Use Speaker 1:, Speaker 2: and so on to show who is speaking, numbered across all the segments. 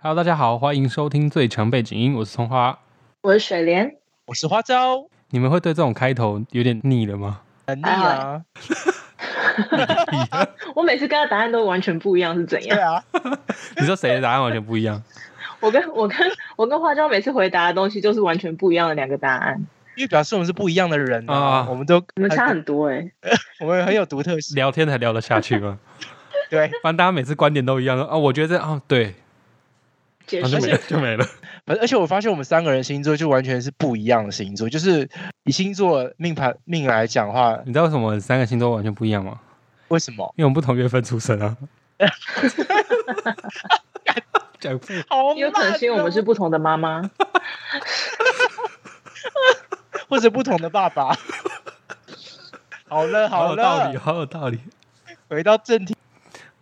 Speaker 1: Hello，大家好，欢迎收听最强背景音，我是葱花。
Speaker 2: 我是水莲，
Speaker 3: 我是花椒，
Speaker 1: 你们会对这种开头有点腻了 吗？
Speaker 3: 很腻
Speaker 2: 还好
Speaker 3: 啊，
Speaker 2: 我每次跟他答案都完全不一样，是怎
Speaker 3: 对
Speaker 2: 样？
Speaker 3: 啊，
Speaker 1: 你说谁的答案完全不一样？
Speaker 2: 我跟我跟我跟花椒每次回答的东西就是完全不一样的两个答案，
Speaker 3: 因为表示我们是不一样的人啊，
Speaker 1: 啊
Speaker 3: 我们都
Speaker 2: 你们差很多哎、
Speaker 3: 我们很有独特性，
Speaker 1: 聊天才聊得下去 吗？
Speaker 3: 对，
Speaker 1: 反正大家每次观点都一样说啊，我觉得这啊对，
Speaker 2: 解
Speaker 1: 然后
Speaker 2: 释
Speaker 1: 就没了就没了。
Speaker 3: 而而且我发现我们三个人星座就完全是不一样的星座，就是以星座命盘命来讲的话，
Speaker 1: 你知道为什么我们三个星座完全不一样吗？
Speaker 3: 为什么？
Speaker 1: 因为我们不同月份出生 啊。讲不
Speaker 3: 好
Speaker 2: 有可能是因为我们是不同的妈妈，
Speaker 3: 或者不同的爸爸。好了
Speaker 1: 好
Speaker 3: 好
Speaker 1: 有
Speaker 3: 了，
Speaker 1: 道理，哦好有道理。
Speaker 3: 回到正题，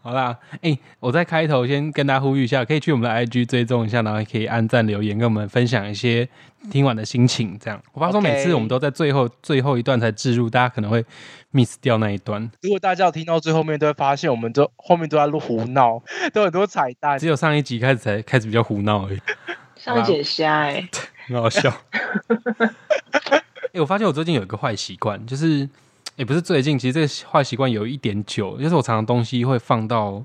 Speaker 1: 好啦，哎、我在开头先跟大家呼吁一下，可以去我们的 IG 追踪一下，然后也可以按赞留言，跟我们分享一些听完的心情。这样，我发现
Speaker 3: OK
Speaker 1: 每次我们都在最后最后一段才置入，大家可能会 miss 掉那一段。
Speaker 3: 如果大家有听到最后面，都会发现我们都后面都在录胡闹，都很多彩蛋
Speaker 1: 只。有上一集开始才开始比较胡闹而已，
Speaker 2: 上一剪瞎哎、
Speaker 1: 很好笑。哎、我发现我最近有一个坏习惯，就是也、不是最近，其实这个坏习惯有一点久，就是我常常东西会放到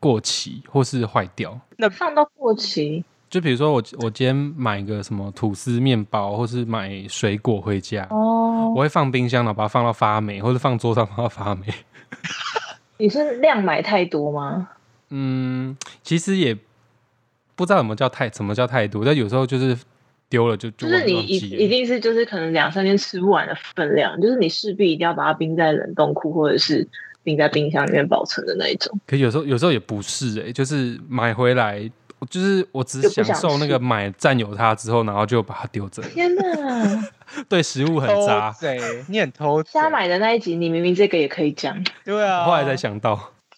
Speaker 1: 过期或是坏掉。
Speaker 2: 放到过期，
Speaker 1: 就比如说我我今天买个什么吐司面包，或是买水果回家，
Speaker 2: 哦，
Speaker 1: 我会放冰箱，然后把它放到发霉，或者放桌上放 到发霉。
Speaker 2: 你是量买太多吗？
Speaker 1: 嗯，其实也不知道有没有叫太怎么叫太多，但有时候就是丢了就就
Speaker 2: 就
Speaker 1: 忘
Speaker 2: 是你
Speaker 1: 忘
Speaker 2: 一
Speaker 1: 记
Speaker 2: 一
Speaker 1: 了。
Speaker 2: 定是就是可能两三天吃不完的分量，就是你势必一定要把它冰在冷冻库或者是冰在冰箱里面保存的那一种。
Speaker 1: 可有时候有时候也不是哎、就是买回来。就是我只
Speaker 2: 就不
Speaker 1: 享
Speaker 2: 想
Speaker 1: 受那
Speaker 2: 吃
Speaker 1: 个买占有它之后，然后就把它丢着，
Speaker 2: 天哪！
Speaker 1: 对食物很
Speaker 3: 偷
Speaker 1: 渣。
Speaker 3: 贼，你很偷 贼。
Speaker 2: 瞎买的那一集，你明明这个也可以讲。
Speaker 3: 对
Speaker 1: 我
Speaker 3: 啊，
Speaker 1: 后来才想到，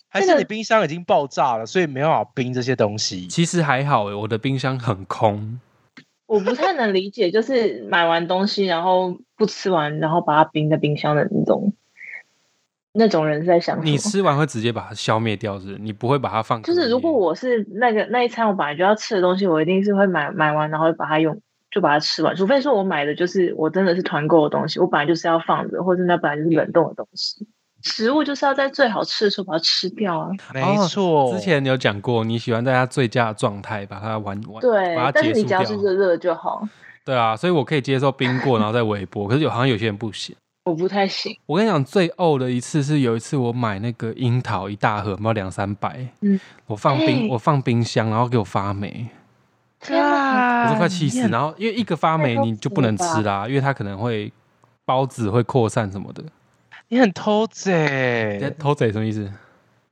Speaker 3: 还
Speaker 2: 这
Speaker 3: 是
Speaker 2: 个
Speaker 3: 你冰箱已经爆炸了，所以没办法冰这些东西。
Speaker 1: 其实还好哎、我的冰箱很空，
Speaker 2: 我不太能理解，就是买完东西然后不吃完，然后把它冰在冰箱的那种，那种人是在想什么
Speaker 1: 你吃完会直接把它消灭掉，是不是你不会把它放隔
Speaker 2: 就
Speaker 1: 夜。
Speaker 2: 是如果我是那个那一餐我本来就要吃的东西，我一定是会买买完，然后把它用就把它吃完，除非说我买的就是我真的是团购的东西，我本来就是要放着，或者那本来就是冷冻的东西。食物就是要在最好吃的时候把它吃掉啊，
Speaker 3: 没错，
Speaker 1: 哦之前你有讲过，你喜欢在它最佳的状态把它玩完，
Speaker 2: 对
Speaker 1: 把。它
Speaker 2: 但是
Speaker 1: 结
Speaker 2: 你
Speaker 1: 束
Speaker 2: 只要
Speaker 1: 掉。
Speaker 2: 是热热的就好，
Speaker 1: 对啊，所以我可以接受冰过，然后再微波。可是有好像有些人不行。
Speaker 2: 我不太行。
Speaker 1: 我跟你讲，最呕的一次是有一次我买那个樱桃一大盒，有没有两三百？
Speaker 2: 嗯，
Speaker 1: 我放冰，
Speaker 2: 哎
Speaker 1: 我放冰箱，然后给我发霉，
Speaker 2: 天哪！
Speaker 1: 我
Speaker 3: 我
Speaker 1: 都快气死。然后因为一个发霉
Speaker 2: 啊太
Speaker 1: 你就不能吃
Speaker 2: 了
Speaker 1: 啦，因为它可能会孢子会扩散什么的。
Speaker 3: 你很偷
Speaker 1: 你在
Speaker 3: 贼，
Speaker 1: 偷贼什么意思？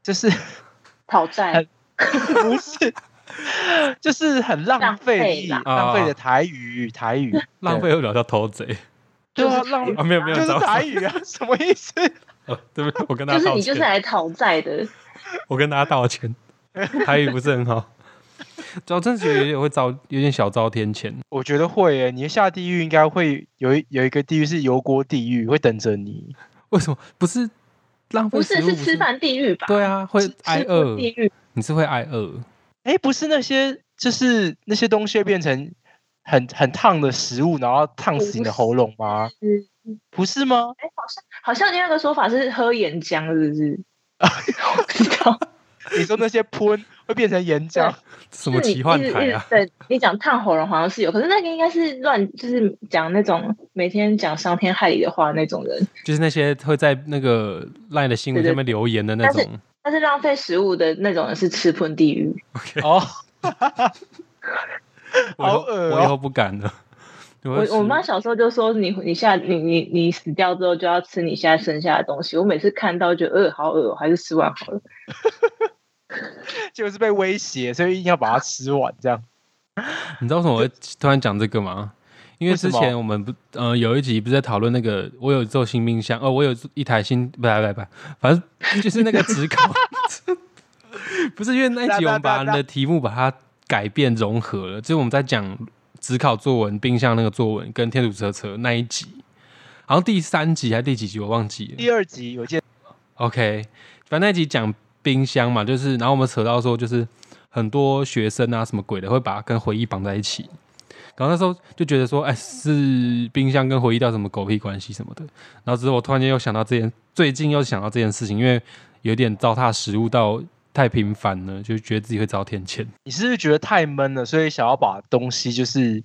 Speaker 3: 就是
Speaker 2: 讨债
Speaker 3: 很，不是，就是很浪费力，
Speaker 2: 浪
Speaker 1: 费啦
Speaker 3: 浪费的台语台语，
Speaker 1: 啊 浪费不了叫偷贼
Speaker 3: 对啊
Speaker 2: 就是
Speaker 3: 浪
Speaker 1: 啊！没有没
Speaker 3: 就
Speaker 1: 有，
Speaker 3: 是
Speaker 1: 糟糕
Speaker 3: 台语啊， 什么意思？
Speaker 1: 哦对不起，我跟他
Speaker 2: 就是
Speaker 1: 道
Speaker 2: 你就是
Speaker 1: 歉。
Speaker 2: 来讨债的。
Speaker 1: 我跟大家道歉，台语不是很好。我真的觉得有点会遭，有点小遭天谴。
Speaker 3: 我觉得会耶，你下地狱应该会有一有一个地狱是油锅地狱，会等着你。
Speaker 1: 为什么不是浪费
Speaker 2: 不是，
Speaker 1: 食物？
Speaker 2: 是吃饭地狱吧？
Speaker 1: 对啊，会
Speaker 2: 吃吃
Speaker 1: 挨
Speaker 2: 过
Speaker 1: 饿。
Speaker 2: 地狱
Speaker 1: 你是会挨饿，
Speaker 3: 哎，不是那些，就是那些东西会变成很很烫的食物，然后烫死你的喉咙吗？
Speaker 2: 是，
Speaker 3: 不是吗？
Speaker 2: 哎、好像好像另外一个说法是喝岩浆，是 不是？我不知道，
Speaker 3: 你说那些喷会变成岩浆，
Speaker 1: 什么奇幻
Speaker 2: 就是你
Speaker 1: 台
Speaker 2: 一直一
Speaker 1: 啊
Speaker 2: 直？对你讲烫喉咙好像是有，可是那个应该是乱，就是讲那种每天讲伤天害理的话那种人。
Speaker 1: 就是那些会在那个赖的新闻
Speaker 2: 对对
Speaker 1: 下面留言的那
Speaker 2: 但
Speaker 1: 种。
Speaker 2: 但是浪费食物的那种人是吃喷地狱，
Speaker 3: 哦，
Speaker 1: 我以后
Speaker 3: 好恶哦
Speaker 1: 我以后不敢了。我
Speaker 2: 我
Speaker 1: 会
Speaker 2: 我
Speaker 1: 吃
Speaker 2: 妈小时候就说你你下你你你死掉之后就要吃你现在剩下的东西。我每次看到就呃好恶哦，还是吃完好了。
Speaker 3: 就是被威胁，所以硬要把它吃完，这样
Speaker 1: 你知道为什么我会突然讲这个吗？因为
Speaker 3: 为什
Speaker 1: 之
Speaker 3: 么
Speaker 1: 前我们不呃有一集不是在讨论那个我有做新冰箱，哦，我有一台新不不不，反正就是那个职考， 不是因为那一集我们把你的题目把它改变融合了，就是我们在讲职考作文、冰箱那个作文跟天主车车那一集，好像第三集还是第几集我忘记了。
Speaker 3: 第二集我记得
Speaker 1: OK，反正那集讲冰箱嘛，就是然后我们扯到说，就是很多学生啊什么鬼的会把它跟回忆绑在一起。然后那时候就觉得说，哎，是冰箱跟回忆到什么狗屁关系什么的。然后之后我突然间又想到这件，最近又想到这件事情，因为有点糟蹋食物到太频繁了，就觉得自己会遭天谴。
Speaker 3: 你是不是觉得太闷了，所以想要把东西就是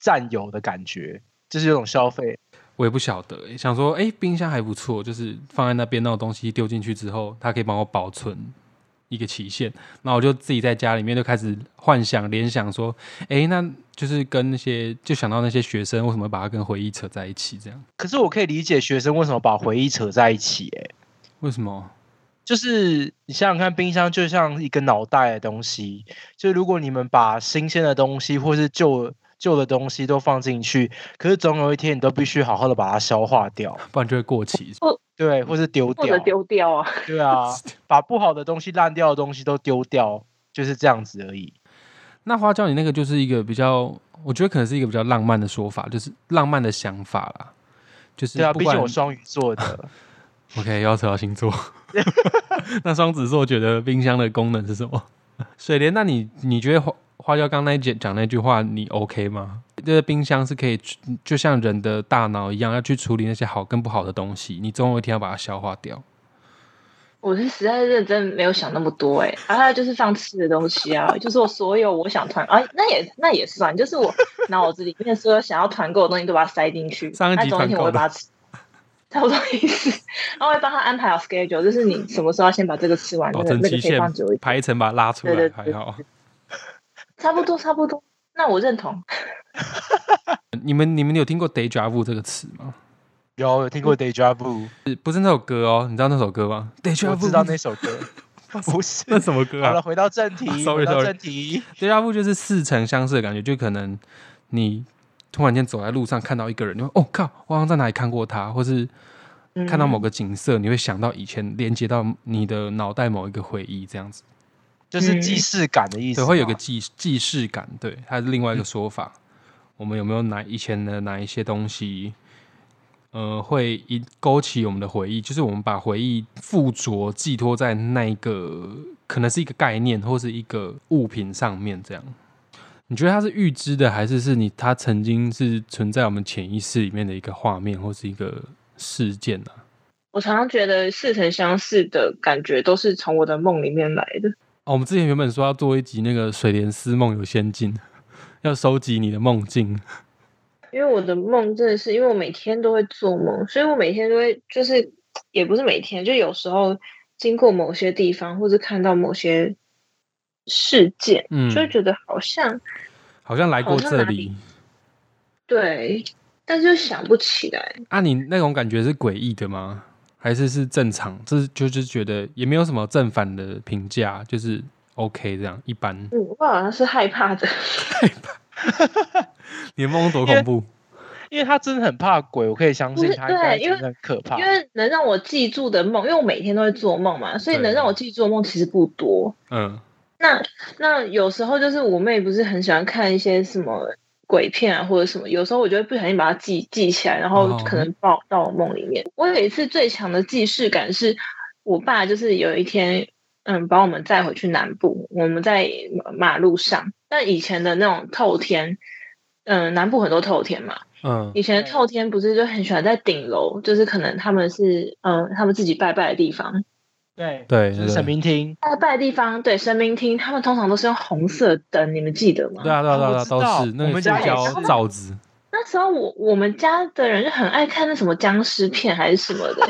Speaker 3: 占有的感觉，就是有种消费？
Speaker 1: 我也不晓得、欸，想说，哎、冰箱还不错，就是放在那边那种东西丢进去之后，它可以帮我保存一个期限。那我就自己在家里面就开始幻想、联想，说，哎、那就是跟那些就想到那些学生为什么把它跟回忆扯在一起，这样
Speaker 3: 可是我可以理解学生为什么把回忆扯在一起、欸，
Speaker 1: 为什么？
Speaker 3: 就是你想想看，冰箱就像一个脑袋的东西，就如果你们把新鲜的东西或是旧旧的东西都放进去，可是总有一天你都必须好好的把它消化掉，
Speaker 1: 不然就会过期。
Speaker 3: 对，或是丢
Speaker 2: 或者
Speaker 3: 掉，
Speaker 2: 丢掉啊。
Speaker 3: 对啊，把不好的东西、烂掉的东西都丢掉，就是这样子而已。
Speaker 1: 那花椒，你那个就是一个比较，我觉得可能是一个比较浪漫的说法，就是浪漫的想法啦。就是
Speaker 3: 对啊，
Speaker 1: 不
Speaker 3: 毕竟
Speaker 1: 管
Speaker 3: 我双鱼座的，
Speaker 1: OK，又要扯到星 座。那双子座觉得冰箱的功能是什么？水莲，那你你觉得花花椒刚那一讲讲那句话，你 OK 吗？这个冰箱是可以去，就像人的大脑一样，要去处理那些好跟不好的东西，你总有一天要把它消化掉。
Speaker 2: 我是实在认真没有想那么多哎、欸，啊，它就是放吃的东西啊，就是我所有我想团啊，那也那也算，就是我脑子里面所有想要团购的东西都把它塞进去，
Speaker 1: 上一集
Speaker 2: 那总有一天我
Speaker 1: 团购
Speaker 2: 会
Speaker 1: 的
Speaker 2: 把它吃，差不多意思，然后会帮他安排好 schedule，就是你什么时候要先把这个吃完，
Speaker 1: 保
Speaker 2: 那个
Speaker 1: 证
Speaker 2: 那个
Speaker 1: 期
Speaker 2: 可以
Speaker 1: 限
Speaker 2: 放久一点，
Speaker 1: 排程把它拉出来
Speaker 2: 对对
Speaker 1: 还
Speaker 2: 对
Speaker 1: 好。
Speaker 2: 差不多差不多，那我认同，
Speaker 1: 你们你们有听过 “deja vu” 这个词吗？
Speaker 3: 有啊有听过 Deja Vu，
Speaker 1: 是不是那首歌哦，你知道那首歌吗？“deja
Speaker 3: 我
Speaker 1: vu”
Speaker 3: 知道那首歌，不是。
Speaker 1: 那什么歌
Speaker 3: 好
Speaker 1: 啊
Speaker 3: 了，？回到正题，
Speaker 1: Sorry，
Speaker 3: 回到
Speaker 1: sorry
Speaker 3: 正题。
Speaker 1: 对家步就是似曾相识的感觉，就可能你突然间走在路上看到一个人，你会哦靠，我好像在哪里看过他，或是
Speaker 2: 嗯
Speaker 1: 看到某个景色，你会想到以前，连接到你的脑袋某一个回忆，这样子，
Speaker 3: 就是既视感的意
Speaker 1: 嗯
Speaker 3: 思嗯
Speaker 1: 对，
Speaker 3: 嘛，
Speaker 1: 会有个记记事感，对，它是另外一个说法。我们有没有哪以前的哪一些东西，呃，会一勾起我们的回忆？就是我们把回忆附着寄托在那一个，可能是一个概念或是一个物品上面，这样。你觉得它是预知的，还是是你它曾经是存在我们潜意识里面的一个画面或是一个事件啊呢、
Speaker 2: 我常常觉得似曾相识的感觉都是从我的梦里面来的，
Speaker 1: 哦，我们之前原本说要做一集那个水莲丝梦游仙境，要收集你的梦境。
Speaker 2: 因为我的梦真的是，因为我每天都会做梦，所以我每天都会就是，也不是每天，就有时候经过某些地方，或者看到某些事件，
Speaker 1: 嗯，
Speaker 2: 就会觉得好像
Speaker 1: 好像来过
Speaker 2: 好像
Speaker 1: 这
Speaker 2: 哪
Speaker 1: 里
Speaker 2: 里对，但是又想不起来。
Speaker 1: 啊！你那种感觉是诡异的吗？还是是正常？这是就是觉得也没有什么正反的评价，就是 OK 这样一般。
Speaker 2: 嗯，我好像是害怕的，
Speaker 1: 你的梦多
Speaker 3: 因为
Speaker 1: 恐怖？
Speaker 3: 因为他真的很怕鬼，我可以相信
Speaker 2: 不是
Speaker 3: 他应该
Speaker 2: 对因为
Speaker 3: 真的很可怕
Speaker 2: 因。为能让我记住的梦，因为我每天都会做梦嘛，所以
Speaker 1: 对
Speaker 2: 能让我记住的梦其实不多。
Speaker 1: 嗯，
Speaker 2: 那那有时候就是我妹不是很喜欢看一些什么鬼片啊，或者什么，有时候我就会不小心把它记记起来，然后
Speaker 1: 哦
Speaker 2: 可能抱到我梦里面。我有一次最强的既视感是，我爸就是有一天，嗯，把我们载回去南部，我们在马马路上，那以前的那种透天，嗯，南部很多透天嘛，
Speaker 1: 嗯
Speaker 2: 以前的
Speaker 3: 对
Speaker 2: 透天不是就很喜欢在顶楼，就是可能他们是嗯他们自己拜拜的地方，
Speaker 3: 对，
Speaker 1: 对
Speaker 3: 就
Speaker 1: 对
Speaker 3: 是神
Speaker 1: 对
Speaker 3: 明厅，
Speaker 2: 拜拜的地方对神明厅，他们通常都是用红色灯，你们记得吗？
Speaker 1: 对啊对啊对啊
Speaker 3: 我
Speaker 1: 对啊
Speaker 3: 知
Speaker 1: 都
Speaker 3: 道
Speaker 1: 是那
Speaker 3: 我
Speaker 1: 个
Speaker 3: 们
Speaker 1: 塑
Speaker 3: 家
Speaker 2: 也
Speaker 1: 胶
Speaker 2: 是
Speaker 1: 罩子，
Speaker 2: 那时候我我们家的人就很爱看那什么僵尸片还是什么 的，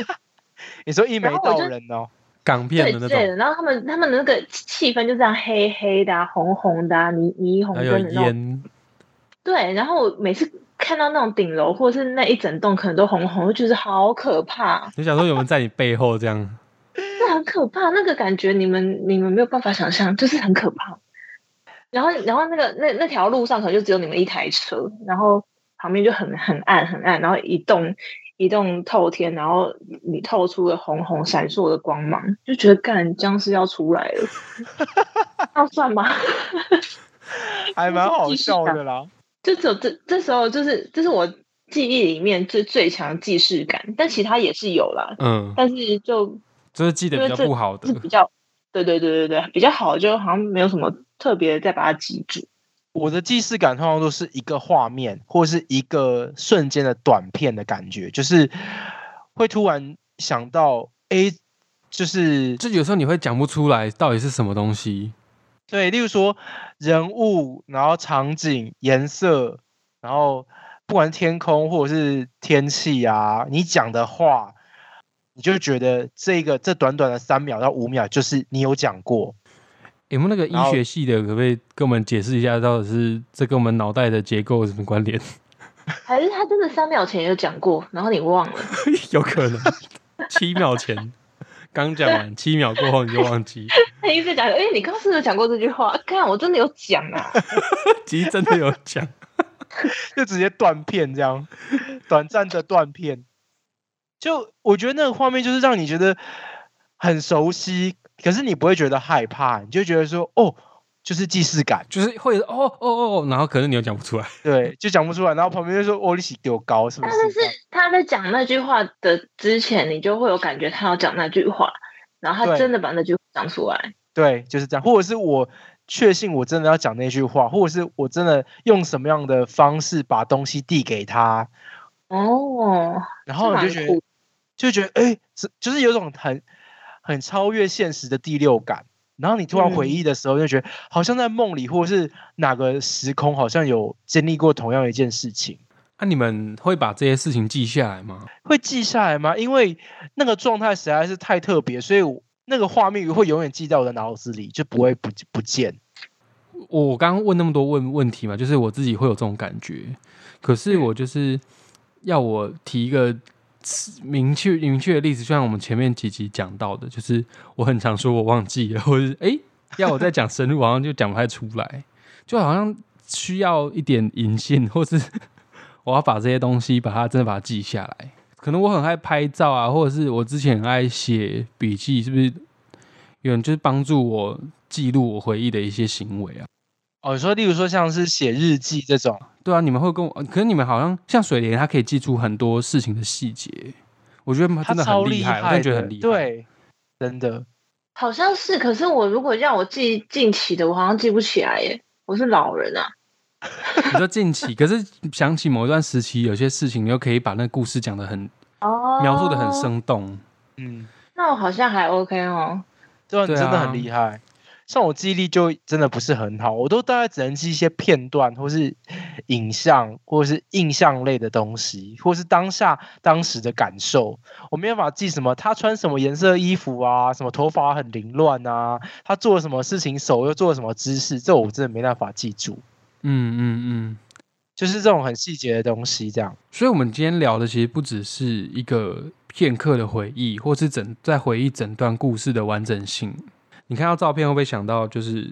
Speaker 3: 你说一眉
Speaker 2: 然后我
Speaker 3: 道
Speaker 2: 就
Speaker 3: 人哦，
Speaker 1: 港
Speaker 2: 对
Speaker 1: 片的那
Speaker 2: 之
Speaker 1: 种
Speaker 2: 类，的。然后他们他们那个气氛就这样黑黑的、啊、红红的、啊、霓霓虹
Speaker 1: 还有
Speaker 2: 灯的那种。
Speaker 1: 烟，
Speaker 2: 对，然后我每次看到那种顶楼或者是那一整栋可能都红红，我就觉得好可怕，
Speaker 1: 就想说有人在你背后这样。
Speaker 2: 那很可怕，那个感觉你们你们没有办法想象，就是很可怕。然后然后那个那那条路上可能就只有你们一台车，然后旁边就很很暗很暗，然后一栋一栋透天，然后你透出了红红闪烁的光芒，就觉得干僵尸要出来了，要算吗？
Speaker 3: 还蛮好
Speaker 2: 既视
Speaker 3: 笑
Speaker 2: 感
Speaker 3: 的啦。
Speaker 2: 就只有这这时候就是这是我记忆里面最最强既视感，但其他也是有啦，
Speaker 1: 嗯，
Speaker 2: 但是就
Speaker 1: 就是记得比较不好
Speaker 2: 是
Speaker 1: 的。
Speaker 2: 比较，对对对对对，比较好，就好像没有什么特别再把它记住。
Speaker 3: 我的既视感通常都是一个画面或是一个瞬间的短片的感觉，就是会突然想到，哎，就是
Speaker 1: 就有时候你会讲不出来到底是什么东西。
Speaker 3: 对，例如说人物，然后场景、颜色，然后不管是天空或者是天气啊，你讲的话，你就觉得这个这短短的三秒到五秒，就是你有讲过。
Speaker 1: 有没有那个
Speaker 3: 然
Speaker 1: 医
Speaker 3: 后
Speaker 1: 学系的，可不可以跟我们解释一下，到底是这跟我们脑袋的结构有什么关联？
Speaker 2: 还是他真的三秒前有讲过，然后你忘了？
Speaker 1: 有可能，七秒前刚讲完，七秒过后你就忘记，
Speaker 2: 他一直讲，哎、你刚刚是不是讲过这句话？ 看我真的有讲 啊！
Speaker 1: 其实真的有讲。
Speaker 3: 就直接断片这样，短暂的断片。就我觉得那个画面就是让你觉得很熟悉，可是你不会觉得害怕，你就觉得说哦，就是既视感，
Speaker 1: 就是会哦哦哦，哦，然后可能你又讲不出来，
Speaker 3: 对，就讲不出来。然后旁边就说哦，你起给我高是不
Speaker 2: 但
Speaker 3: 是
Speaker 2: 是
Speaker 3: 这样？
Speaker 2: 他在讲那句话的之前，你就会有感觉他要讲那句话，然后他
Speaker 3: 对
Speaker 2: 真的把那句话讲出来。
Speaker 3: 对，就是这样。或者是我确信我真的要讲那句话，或者是我真的用什么样的方式把东西递给他，
Speaker 2: 哦，
Speaker 3: 然
Speaker 2: 这
Speaker 3: 后你
Speaker 2: 蛮
Speaker 3: 就觉
Speaker 2: 酷
Speaker 3: 得就觉得哎，这就是有种很很超越现实的第六感。然后你突然回
Speaker 2: 嗯
Speaker 3: 忆的时候，就觉得好像在梦里，或者是哪个时空，好像有经历过同样一件事情，
Speaker 1: 那、啊你们会把这些事情记下来吗？
Speaker 3: 会记下来吗？因为那个状态实在是太特别，所以我那个画面会永远记在我的脑子里，就不会不不见。
Speaker 1: 我我刚刚问那么多问问题嘛，就是我自己会有这种感觉，可是我就是要我提一个明确明确的例子，就像我们前面几集讲到的，就是我很常说我忘记了， 或者是哎、诶要我再讲深入，好像就讲不太出来，就好像需要一点引线， 或是我要把这些东西把它真的把它记下来。可能我很爱拍照啊，或者是我之前很爱写笔记，是不是？有人就是帮助我记录我回忆的一些行为啊。
Speaker 3: 哦，你说，例如说像是写日记这种，
Speaker 1: 对啊，你们会跟我，呃可是你们好像像水莲，她可以记住很多事情的细节，我觉得
Speaker 3: 他
Speaker 1: 真的
Speaker 3: 超
Speaker 1: 很
Speaker 3: 厉
Speaker 1: 害，
Speaker 3: 害
Speaker 1: 我
Speaker 3: 的，
Speaker 1: 真的觉得很厉害。，
Speaker 3: 对，真的。
Speaker 2: 好像是，可是我如果让我记近期的，我好像记不起来耶。我是老人啊，
Speaker 1: 你说近 期，可是想起某一段时期，有些事情你又可以把那个故事讲的很，
Speaker 2: 哦
Speaker 1: 描述的很。生动。
Speaker 3: 嗯，
Speaker 2: 那我好像还 OK 哦。
Speaker 3: 对啊，你
Speaker 1: 对
Speaker 3: 真的
Speaker 1: 啊
Speaker 3: 很厉害。像我记忆力就真的不是很好，我都大概只能记一些片段，或是影像，或是印象类的东西，或是当下当时的感受。我没办法记什么他穿什么颜色衣服啊，什么头发很凌乱啊，他做了什么事情，手又做了什么姿势，这我真的没办法记住。
Speaker 1: 嗯嗯嗯。
Speaker 3: 就是这种很细节的东西，这样。
Speaker 1: 所以，我们今天聊的其实不只是一个片刻的回忆，或是整在回忆整段故事的完整性。你看到照片会不会想到，就是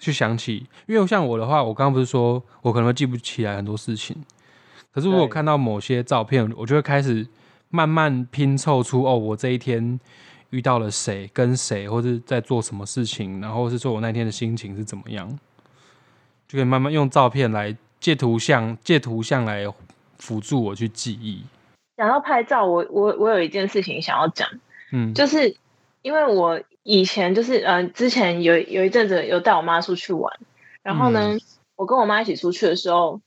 Speaker 1: 去想起？因为像我的话，我刚刚不是说我可能会记不起来很多事情，可是如果
Speaker 3: 对
Speaker 1: 看到某些照片，我就会开始慢慢拼凑出哦，我这一天遇到了谁，跟谁，或是在做什么事情，然后是说我那天的心情是怎么样，就可以慢慢用照片来借图像，借图像来辅助我去记忆。
Speaker 2: 讲到拍照，我我我有一件事情想要讲，
Speaker 1: 嗯，
Speaker 2: 就是因为我以前就是嗯、呃之前有有一阵子有带我妈出去玩，然后呢，我跟我妈一起出去的时候，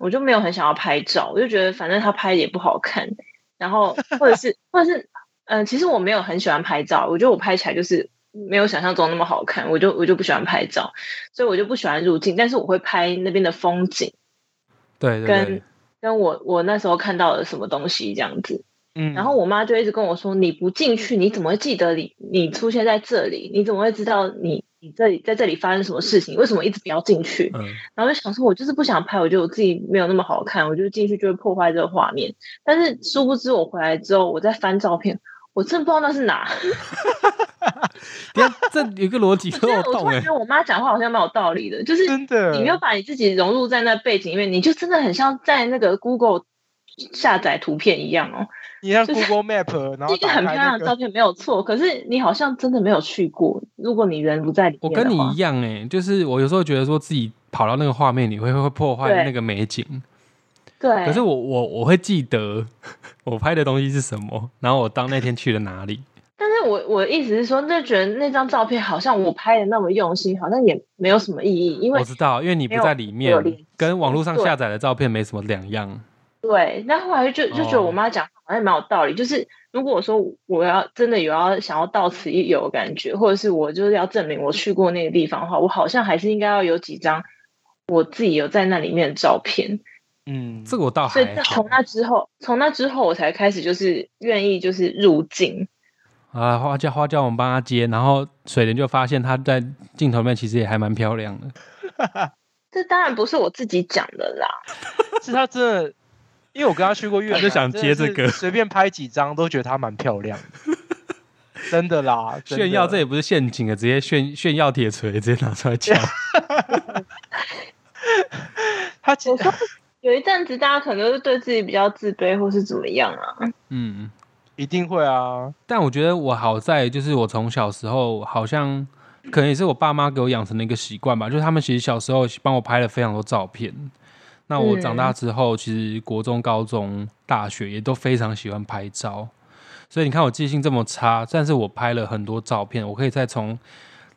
Speaker 2: 我就没有很想要拍照，我就觉得反正她拍也不好看，然后或者是或者是嗯、呃其实我没有很喜欢拍照，我觉得我拍起来就是没有想象中那么好看，我就我就不喜欢拍照，所以我就不喜欢入境，但是我会拍那边的风景，
Speaker 1: 对对对
Speaker 2: 跟，跟我我那时候看到了什么东西这样子。
Speaker 3: 嗯，
Speaker 2: 然后我妈就一直跟我说：“你不进去，你怎么会记得你你出现在这里？你怎么会知道你你这里在这里发生什么事情？为什么一直不要进去
Speaker 1: 嗯，？”
Speaker 2: 然后就想说，我就是不想拍，我觉得我自己没有那么好看，我就进去就会破坏这个画面。但是殊不知，我回来之后，我再翻照片，我真的不知道那是 哪。
Speaker 1: 等一下这有一个逻辑
Speaker 2: 我觉
Speaker 1: 漏
Speaker 2: 得我突
Speaker 1: 洞哎、
Speaker 2: 然觉得我妈讲话好像蛮有道理的，就是
Speaker 3: 欸真的，
Speaker 2: 你没有把你自己融入在那背景里面，你就真的很像在那个 Google 下载图片一样哦。
Speaker 3: 你像
Speaker 2: 就是
Speaker 3: Google Map，然后
Speaker 2: 一个
Speaker 3: 打
Speaker 2: 很漂
Speaker 3: 开
Speaker 2: 亮
Speaker 3: 那
Speaker 2: 的
Speaker 3: 个
Speaker 2: 照片没有错，可是你好像真的没有去过。如果你人不在里
Speaker 1: 我
Speaker 2: 面
Speaker 1: 跟
Speaker 2: 的
Speaker 1: 你
Speaker 2: 话
Speaker 1: 一样哎、就是我有时候觉得说自己跑到那个画面里会会破坏
Speaker 2: 对
Speaker 1: 那个美景，
Speaker 2: 对，
Speaker 1: 可是我我我会记得我拍的东西是什么，然后我当那天去了哪里。
Speaker 2: 但是是我我的意思是说，那觉得那张照片好像我拍的那么用心，好像也没有什么意义，因为
Speaker 1: 我知道，因为你不在里
Speaker 2: 没
Speaker 1: 面
Speaker 2: 有联系，
Speaker 1: 跟网络上下载的照片没什么两样。
Speaker 2: 对，那后来就就觉得
Speaker 1: 哦
Speaker 2: 我妈讲话好像蛮有道理，就是如果说我要真的有要想要到此一游的感觉，或者是我就是要证明我去过那个地方的话，我好像还是应该要有几张我自己有在那里面的照片。
Speaker 3: 嗯，
Speaker 1: 这个我倒
Speaker 2: 所以
Speaker 1: 还好
Speaker 2: 从那之后，从那之后我才开始就是愿意就是入境。
Speaker 1: 啊。花椒花椒，我们帮他接，然后水莲就发现她在镜头里面其实也还蛮漂亮的。
Speaker 2: 这当然不是我自己讲的啦，
Speaker 3: 是她真的，因为我跟她去过越南，
Speaker 1: 他就想接这个
Speaker 3: 真的是随便拍几张都觉得她蛮漂亮 的，真的啦，真的
Speaker 1: 炫耀这也不是陷阱啊，直接炫炫耀铁锤，直接拿 出来敲。
Speaker 3: 她其实
Speaker 2: 有一阵子大家可能都是对自己比较自卑或是怎么样啊。
Speaker 1: 嗯，
Speaker 3: 一定会啊，
Speaker 1: 但我觉得我好在就是我从小时候好像可能也是我爸妈给我养成的一个习惯吧，就是他们其实小时候帮我拍了非常多照片。那我长大之后，其实国中、高中、大学也都非常喜欢拍照，所以你看我记性这么差，但是我拍了很多照片，我可以再从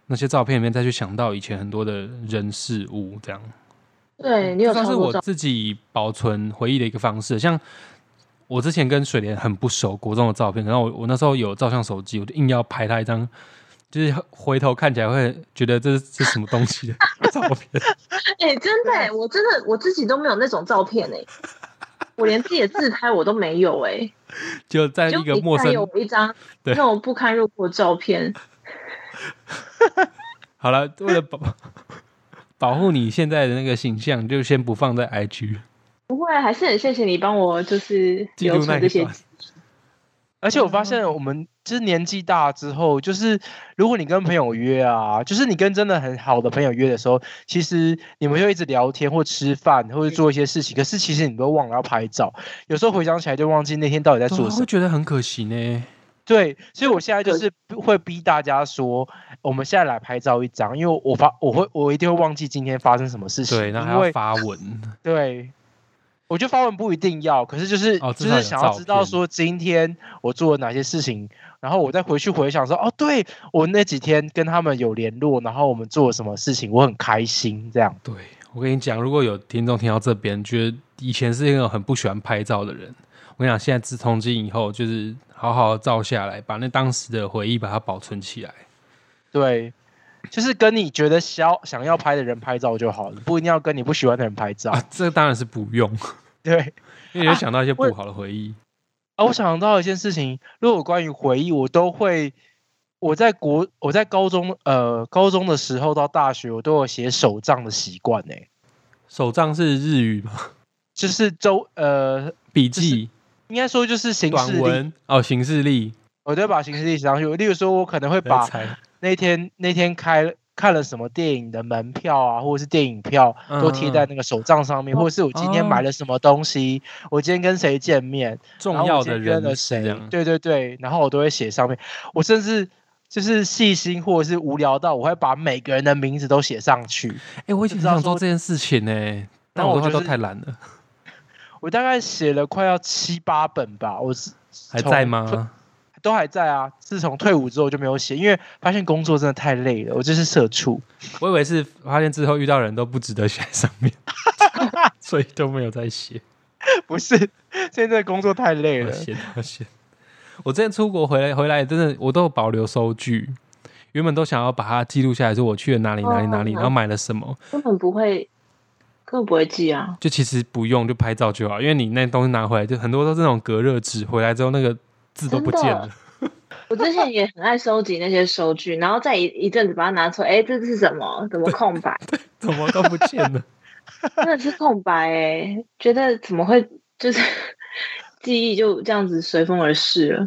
Speaker 1: 那些照片里面再去想到以前很多的人事物，这样。
Speaker 2: 对你有
Speaker 1: 这算
Speaker 2: 超
Speaker 1: 是
Speaker 2: 过
Speaker 1: 我
Speaker 2: 照
Speaker 1: 自己保存回忆的一个方式。像我之前跟水莲很不熟，国中的照片，然后我我那时候有照相手机，我就硬要拍她一张，就是回头看起来会觉得这是这是什么东西 的照片。
Speaker 2: 哎、真的、欸，我真的我自己都没有那种照 片哎、我连自己的自拍我都没有哎、
Speaker 1: 就在
Speaker 2: 就
Speaker 1: 一个
Speaker 2: 你
Speaker 1: 陌
Speaker 2: 看有
Speaker 1: 生，
Speaker 2: 一张
Speaker 1: 对
Speaker 2: 那种不堪入目的照片，
Speaker 1: 好了，为了保保护你现在的那个形象，就先不放在 IG
Speaker 2: 不会，啊还是很谢谢你帮我就是
Speaker 1: 记
Speaker 2: 留
Speaker 1: 录那
Speaker 2: 存
Speaker 1: 一
Speaker 2: 这些
Speaker 1: 段。
Speaker 3: 而且我发现我们就是年纪大之后，就是如果你跟朋友约啊，就是你跟真的很好的朋友约的时候，其实你们就一直聊天或吃饭或者做一些事情，可是其实你都忘了要拍照，有时候回想起来就忘记那天到底在
Speaker 1: 对
Speaker 3: 做
Speaker 1: 啊
Speaker 3: 什
Speaker 1: 会
Speaker 3: 么。
Speaker 1: 觉得很可惜呢。
Speaker 3: 对，所以我现在就
Speaker 2: 可
Speaker 3: 是不会逼大家说，我们现在来拍照一张，因为我发我会我一定会忘记今天发生什么事情，
Speaker 1: 对，然后
Speaker 3: 因
Speaker 1: 还
Speaker 3: 为
Speaker 1: 要发文，
Speaker 3: 对，我觉得发文不一定要，可是就是、
Speaker 1: 哦至少
Speaker 3: 就是
Speaker 1: 有
Speaker 3: 想要
Speaker 1: 照
Speaker 3: 知道
Speaker 1: 片
Speaker 3: 说今天我做了哪些事情，然后我再回去回想说，哦，对我那几天跟他们有联络，然后我们做了什么事情，我很开心这样。
Speaker 1: 对，我跟你讲，如果有听众听到这边，觉得以前是一个很不喜欢拍照的人，我跟你讲，现在自从今以后，就是好好地照下来，把那当时的回忆把它保存起来。
Speaker 3: 对，就是跟你觉得想想要拍的人拍照就好了，不一定要跟你不喜欢的人拍照。
Speaker 1: 啊，这当然是不用，
Speaker 3: 对
Speaker 1: 因为你会想到一些
Speaker 3: 我
Speaker 1: 不好的回忆。
Speaker 3: 啊，我想到一件事情，如果关于回忆，我都会。我在国，我在高中，呃，高中的时候到大学，我都有写手账的习惯呢，
Speaker 1: 手账是日语吗？
Speaker 3: 就是周，呃，
Speaker 1: 笔
Speaker 3: 就是
Speaker 1: 记、
Speaker 3: 应该说就是形式
Speaker 1: 短
Speaker 3: 力，
Speaker 1: 文哦，形式力。
Speaker 3: 我都会把形式力写上去。例如说，我可能会
Speaker 1: 不要
Speaker 3: 把
Speaker 1: 猜
Speaker 3: 那天那天开看了什么电影的门票啊，或者是电影票都贴
Speaker 1: 嗯
Speaker 3: 在那个手账上面，或者是我今
Speaker 1: 哦
Speaker 3: 天买了什么东西，我今天跟谁见面，
Speaker 1: 重
Speaker 3: 然后
Speaker 1: 要
Speaker 3: 我今
Speaker 1: 的
Speaker 3: 天跟
Speaker 1: 人是
Speaker 3: 了
Speaker 1: 这
Speaker 3: 谁
Speaker 1: 样，，
Speaker 3: 对对对，然后我都会写上面。我甚至就是细心或者是无聊到，我会把每个人的名字都写上去。
Speaker 1: 哎、我以前很
Speaker 3: 就知道
Speaker 1: 想做
Speaker 3: 说
Speaker 1: 这件事情呢、但
Speaker 3: 然后
Speaker 1: 我
Speaker 3: 我
Speaker 1: 的话
Speaker 3: 就
Speaker 1: 都
Speaker 3: 是
Speaker 1: 太懒了，
Speaker 3: 我大概写了快要七八本吧，我是
Speaker 1: 还在
Speaker 3: 从
Speaker 1: 吗？
Speaker 3: 都还在啊。自从退伍之后就没有写，因为发现工作真的太累了，我就是社畜。
Speaker 1: 我以为是发现之后遇到人都不值得写在上面， 所以都没有在写。
Speaker 3: 不是，现在工作太累
Speaker 1: 我
Speaker 3: 了。
Speaker 1: 写我写。我之前出国回来回来，真的我都有保留收据，原本都想要把它记录下来，说我去了哪里哪里哪里，
Speaker 2: 哦
Speaker 1: 然后买了什么，
Speaker 2: 根本不会，根本不会记啊。
Speaker 1: 就其实不用就拍照就好，因为你那东西拿回来，就很多都是那种隔热纸，回来之后那个字都不见了
Speaker 2: 真。我之前也很爱收集那些收据，然后再一一阵子把它拿出来，哎、这是什么？怎么空白？
Speaker 1: 怎么都不见了？
Speaker 2: 真的是空白哎、觉得怎么会就是 记忆就这样子随风而逝了？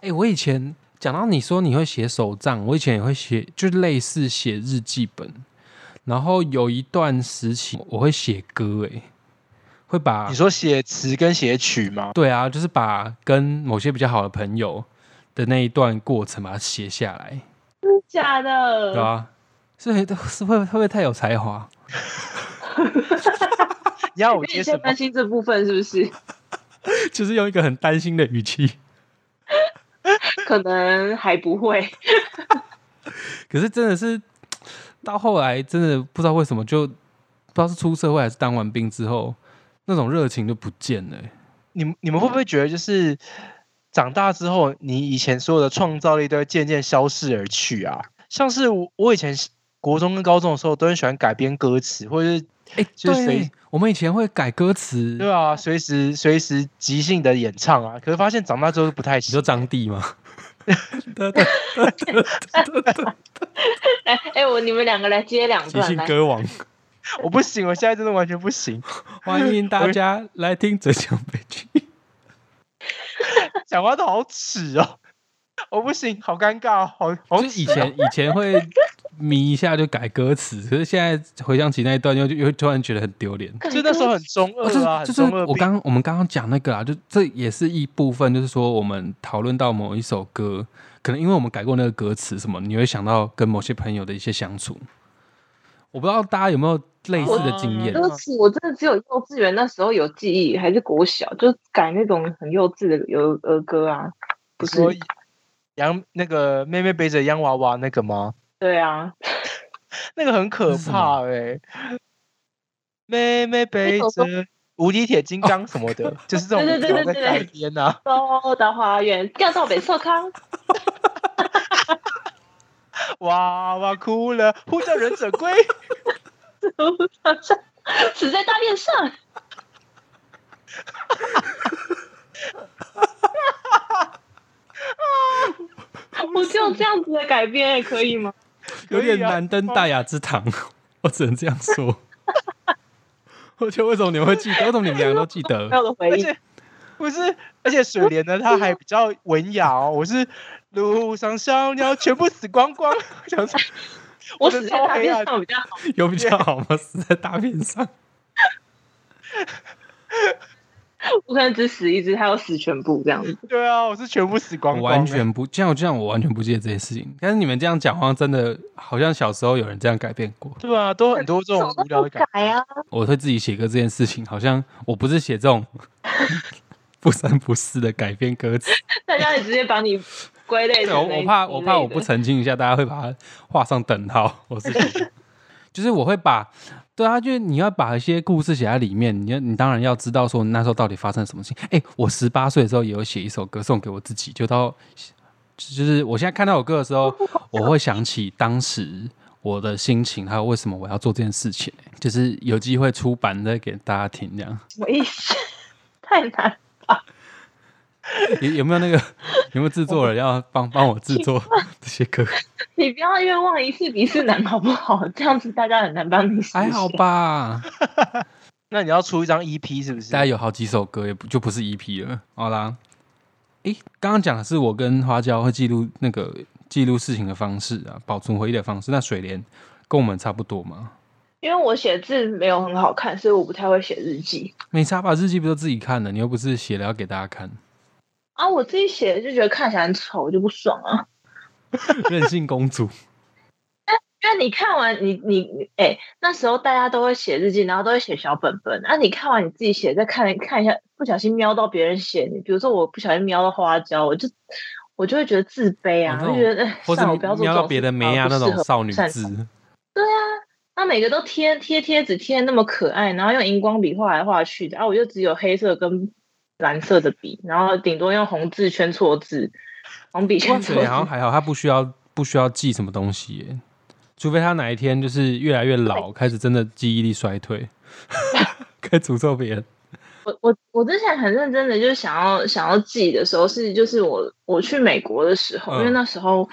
Speaker 1: 哎、我以前讲到你说你会写手账，我以前也会写，就类似写日记本。然后有一段时期我会写歌、哎，会把
Speaker 3: 你说写词跟写曲吗？
Speaker 1: 对啊，就是把跟某些比较好的朋友的那一段过程把它写下来，
Speaker 2: 假的？
Speaker 1: 对啊，是很是会会不会太有才华？
Speaker 3: 你要
Speaker 2: 因
Speaker 3: 我
Speaker 2: 为
Speaker 3: 接
Speaker 2: 你
Speaker 3: 什
Speaker 2: 在
Speaker 3: 么
Speaker 2: 担？心这部分是不是？
Speaker 1: 就是用一个很担心的语气，
Speaker 2: 可能还不会。
Speaker 1: 可是真的是到后来，真的不知道为什么就不知道是出社会还是当完兵之后，那种热情就不见了欸、
Speaker 3: 你们你们会不会觉得，就是长大之后，你以前所有的创造力都会渐渐消逝而去啊？像是我我以前国中跟高中的时候，都很喜欢改编歌词，或者是
Speaker 1: 哎、
Speaker 3: 就
Speaker 1: 对
Speaker 3: 是谁，
Speaker 1: 我们以前会改歌词，
Speaker 3: 对啊，随时随时即兴的演唱啊。可是发现长大之后不太
Speaker 1: 你
Speaker 3: 行
Speaker 1: 说，张帝 吗？对对
Speaker 2: 哎、哎我你们两个来接两
Speaker 1: 即
Speaker 2: 段
Speaker 1: 兴
Speaker 2: 来，
Speaker 1: 歌王，
Speaker 3: 我不行，我现在真的完全 不行。
Speaker 1: 欢迎大家来听浙江悲剧。
Speaker 3: 讲话都好耻哦，我不行，好尴尬，哦好好
Speaker 1: 就以前以前会迷一下就改歌词，可是现在回想起那一段，又又突然觉得很丢脸。
Speaker 2: 改
Speaker 3: 就那时候
Speaker 2: 歌
Speaker 3: 很中
Speaker 1: 哦
Speaker 3: 二啊，
Speaker 1: 就是就是
Speaker 3: 很中二
Speaker 1: 我
Speaker 3: 病
Speaker 1: 刚我们刚刚讲那个啊，就这也是一部分，就是说我们讨论到某一首歌，可能因为我们改过那个歌词什么，你会想到跟某些朋友的一些相处。我不知道大家有没有类似的经验
Speaker 3: 我，
Speaker 2: 歌词我真的只有幼稚园那时候有记忆，还是国小，就改那种很幼稚的儿儿歌啊，不是？
Speaker 3: 说杨那个妹妹背着洋娃娃那个吗？
Speaker 2: 对啊，
Speaker 3: 那个很可
Speaker 1: 那是什
Speaker 3: 怕
Speaker 1: 么
Speaker 3: 哎、妹妹背
Speaker 2: 首歌
Speaker 3: 着无敌铁金
Speaker 1: 哦
Speaker 3: 刚什么的，就是这 种
Speaker 2: 对对对
Speaker 3: 在
Speaker 2: 对
Speaker 3: 改
Speaker 2: 对
Speaker 3: 编啊。
Speaker 2: 高达花园掉到北侧康，
Speaker 3: 哇哇哭了，呼叫忍者龟，
Speaker 2: 哎死在大便上。 我只有这样子的改编也可以吗？
Speaker 1: 有点
Speaker 3: 可以啊哦
Speaker 1: 难登大雅之堂， 我只能这样说。 我觉得为什么你们会记得？为什么你们两个都记 得
Speaker 2: 没？有的回
Speaker 3: 而
Speaker 2: 忆，
Speaker 3: 且不是，而且水莲呢，它还比较文雅哦。我是路上小鸟全部死光光， 我想说
Speaker 2: 我
Speaker 3: 真
Speaker 2: 死在
Speaker 3: 的超
Speaker 2: 大
Speaker 3: 黑
Speaker 2: 便
Speaker 3: 暗
Speaker 2: 上比较好。
Speaker 1: 有比较好吗？死在大便上。
Speaker 2: 我可能只死一只，还有死全部这样子。
Speaker 3: 对啊，我是全部死 光
Speaker 1: 我
Speaker 3: 光，欸
Speaker 1: 完全不，这样这样我完全不记得这些事情。但是你们这样讲，好像真的好像小时候有人这样改变过。
Speaker 3: 对啊，都很多这种无聊的感觉。
Speaker 2: 改啊，
Speaker 1: 我会自己写歌这件事情，好像我不是写这种 不三不四的改编歌词。
Speaker 2: 大家也直接把你归类
Speaker 1: 对，
Speaker 2: 成
Speaker 1: 我我怕我怕我不
Speaker 2: 成。
Speaker 1: 澄清一下，大家会把它画上等号。 我是觉得就是我会把，对啊，就是你要把一些故事写在里面，你要你当然要知道说那时候到底发生什么事情。哎、我十八岁的时候也有写一首歌送给我自己，就到就是我现在看到我歌的时候，我会想起当时。我的心情，还有为什么我要做这件事情，就是有机会出版再给大家听，这样
Speaker 2: 什么意思？ 太难，
Speaker 1: 有有没有那个有没有制作人要帮帮我制作这些歌？
Speaker 2: 你不要愿望一次比一次难，好不好？这样子大家很难帮你实
Speaker 1: 还好
Speaker 2: 现
Speaker 1: 吧，
Speaker 3: 那你要出一张 EP 是不是
Speaker 1: 大？概有好几首歌，也不就不是 EP 了。好啦，诶，刚刚讲的是我跟花椒会记录那个记录事情的方式啊，保存回忆的方式。那水莲跟我们差不多吗？
Speaker 2: 因为我写字没有很好看，所以我不太会写日记
Speaker 1: 没差吧？日记不都自己看的？你又不是写了要给大家看，
Speaker 2: 啊。我自己写就觉得看起来很丑，我就不爽啊。
Speaker 1: 任性公主。
Speaker 2: 因为你看完你你你哎、那时候大家都会写日记，然后都会写小本本。啊，你看完你自己写，再看看一下，不小心瞄到别人写你，比如说我不小心瞄到花椒，我就我就会觉得自卑啊，
Speaker 1: 哦那
Speaker 2: 就
Speaker 1: 种
Speaker 2: 觉得哎
Speaker 1: 或
Speaker 2: 算了，我
Speaker 1: 者
Speaker 2: 不要做
Speaker 1: 瞄
Speaker 2: 这
Speaker 1: 到
Speaker 2: 种
Speaker 1: 别
Speaker 2: 事
Speaker 1: 的
Speaker 2: 情
Speaker 1: 梅
Speaker 2: 好
Speaker 1: 亚
Speaker 2: 了
Speaker 1: 那
Speaker 2: 不适
Speaker 1: 种
Speaker 2: 合
Speaker 1: 少
Speaker 2: 不
Speaker 1: 女
Speaker 2: 擅长
Speaker 1: 字，
Speaker 2: 对啊，他每个都贴贴贴纸贴得那么可爱，然后用荧光笔画来画去的，啊然、后我就只有黑色跟蓝色的笔，然后顶多用红字圈错字，红笔圈
Speaker 1: 万
Speaker 2: 错
Speaker 1: 水莲好像
Speaker 2: 字。
Speaker 1: 还好，她不需要不需要记什么东西耶，除非她哪一天就是越来越老，开始真的记忆力衰 退，开始诅咒别人。
Speaker 2: 我我我之前很认真的，就是想要想要记的时候是，就是我我去美国的时候，因为
Speaker 1: 嗯
Speaker 2: 那时候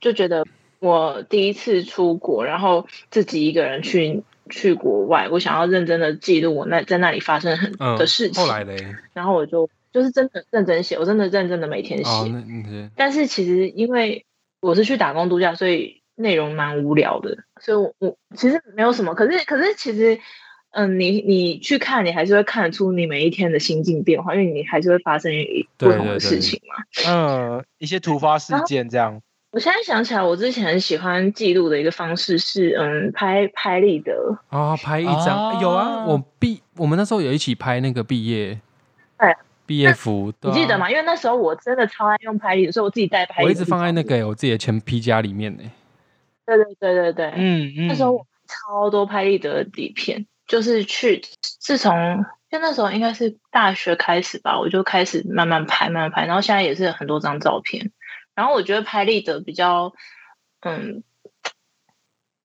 Speaker 2: 就觉得我第一次出国，然后自己一个人去去国外，我想要认真的记录我那在那里发生很
Speaker 1: 嗯
Speaker 2: 的事，情。
Speaker 1: 后来嘞，
Speaker 2: 然后我就就是真的认真写，我真的认真的每天写。
Speaker 1: 哦，那那些
Speaker 2: 但是其实因为我是去打工度假，所以内容蛮无聊的，所以我我其实没有什么。可是可是其实，嗯，你你去看，你还是会看得出你每一天的心境变化，因为你还是会发生一不
Speaker 1: 对
Speaker 2: 同
Speaker 1: 对
Speaker 2: 的
Speaker 1: 对
Speaker 2: 事情嘛。
Speaker 3: 嗯，一些突发事件这样。
Speaker 2: 我现在想起来，我之前很喜欢记录的一个方式是，嗯，拍拍立得，
Speaker 1: 啊、拍一张、
Speaker 3: 啊
Speaker 1: 有啊，我毕我们那时候有一起拍那个毕业，
Speaker 2: 对
Speaker 1: 毕业服，对
Speaker 2: 你
Speaker 1: 啊
Speaker 2: 记得吗？？因为那时候我真的超爱用拍立得，所以我自己带拍立得。
Speaker 1: 我一直放在那个、欸我自己的前皮夹里面呢、欸
Speaker 2: 对对对对对，
Speaker 3: 嗯嗯，
Speaker 2: 那时候我超多拍立得的底片，就是去自从就那时候应该是大学开始吧，我就开始慢慢拍，慢慢拍，然后现在也是很多张照片。然后我觉得拍立得比较，嗯，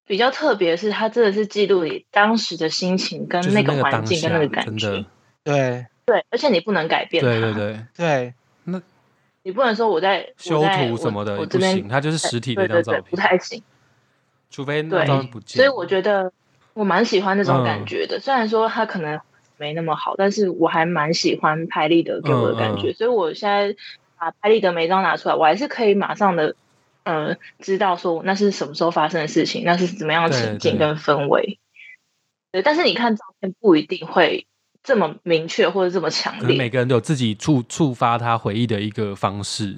Speaker 2: 比较特别的是，它真的是记录你当时的心情、跟
Speaker 1: 就是
Speaker 2: 那
Speaker 1: 个
Speaker 2: 环
Speaker 1: 当
Speaker 2: 境、
Speaker 1: 下，
Speaker 2: 跟那个感
Speaker 1: 真
Speaker 2: 觉
Speaker 1: 的。，
Speaker 3: 对
Speaker 2: 对，而且你不能改变它，
Speaker 1: 对对对，
Speaker 3: 对，
Speaker 2: 你不能说我在
Speaker 1: 修
Speaker 2: 我在
Speaker 1: 图什么的
Speaker 2: 我我
Speaker 1: 也
Speaker 2: 这
Speaker 1: 不
Speaker 2: 边
Speaker 1: 行，它就是实体的
Speaker 2: 对
Speaker 1: 一张
Speaker 2: 对
Speaker 1: 照
Speaker 2: 对，不
Speaker 1: 片，
Speaker 2: 太行。
Speaker 1: 除非那张
Speaker 2: 对
Speaker 1: 照片不见。
Speaker 2: 所以我觉得我蛮喜欢那
Speaker 1: 嗯
Speaker 2: 种感觉的。虽然说它可能没那么好，但是我还蛮喜欢拍立得给我的感觉。
Speaker 1: 嗯
Speaker 2: 所以我现在把拍立得每一张拿出来，我还是可以马上的呃知道说那是什么时候发生的事情，那是怎么样的
Speaker 1: 对
Speaker 2: 情境
Speaker 1: 对
Speaker 2: 跟氛围。对，但是你看照片不一定会这么明确或者这么强
Speaker 1: 可能每
Speaker 2: 烈。
Speaker 1: 个人都有自己触触发他回忆的一个方式。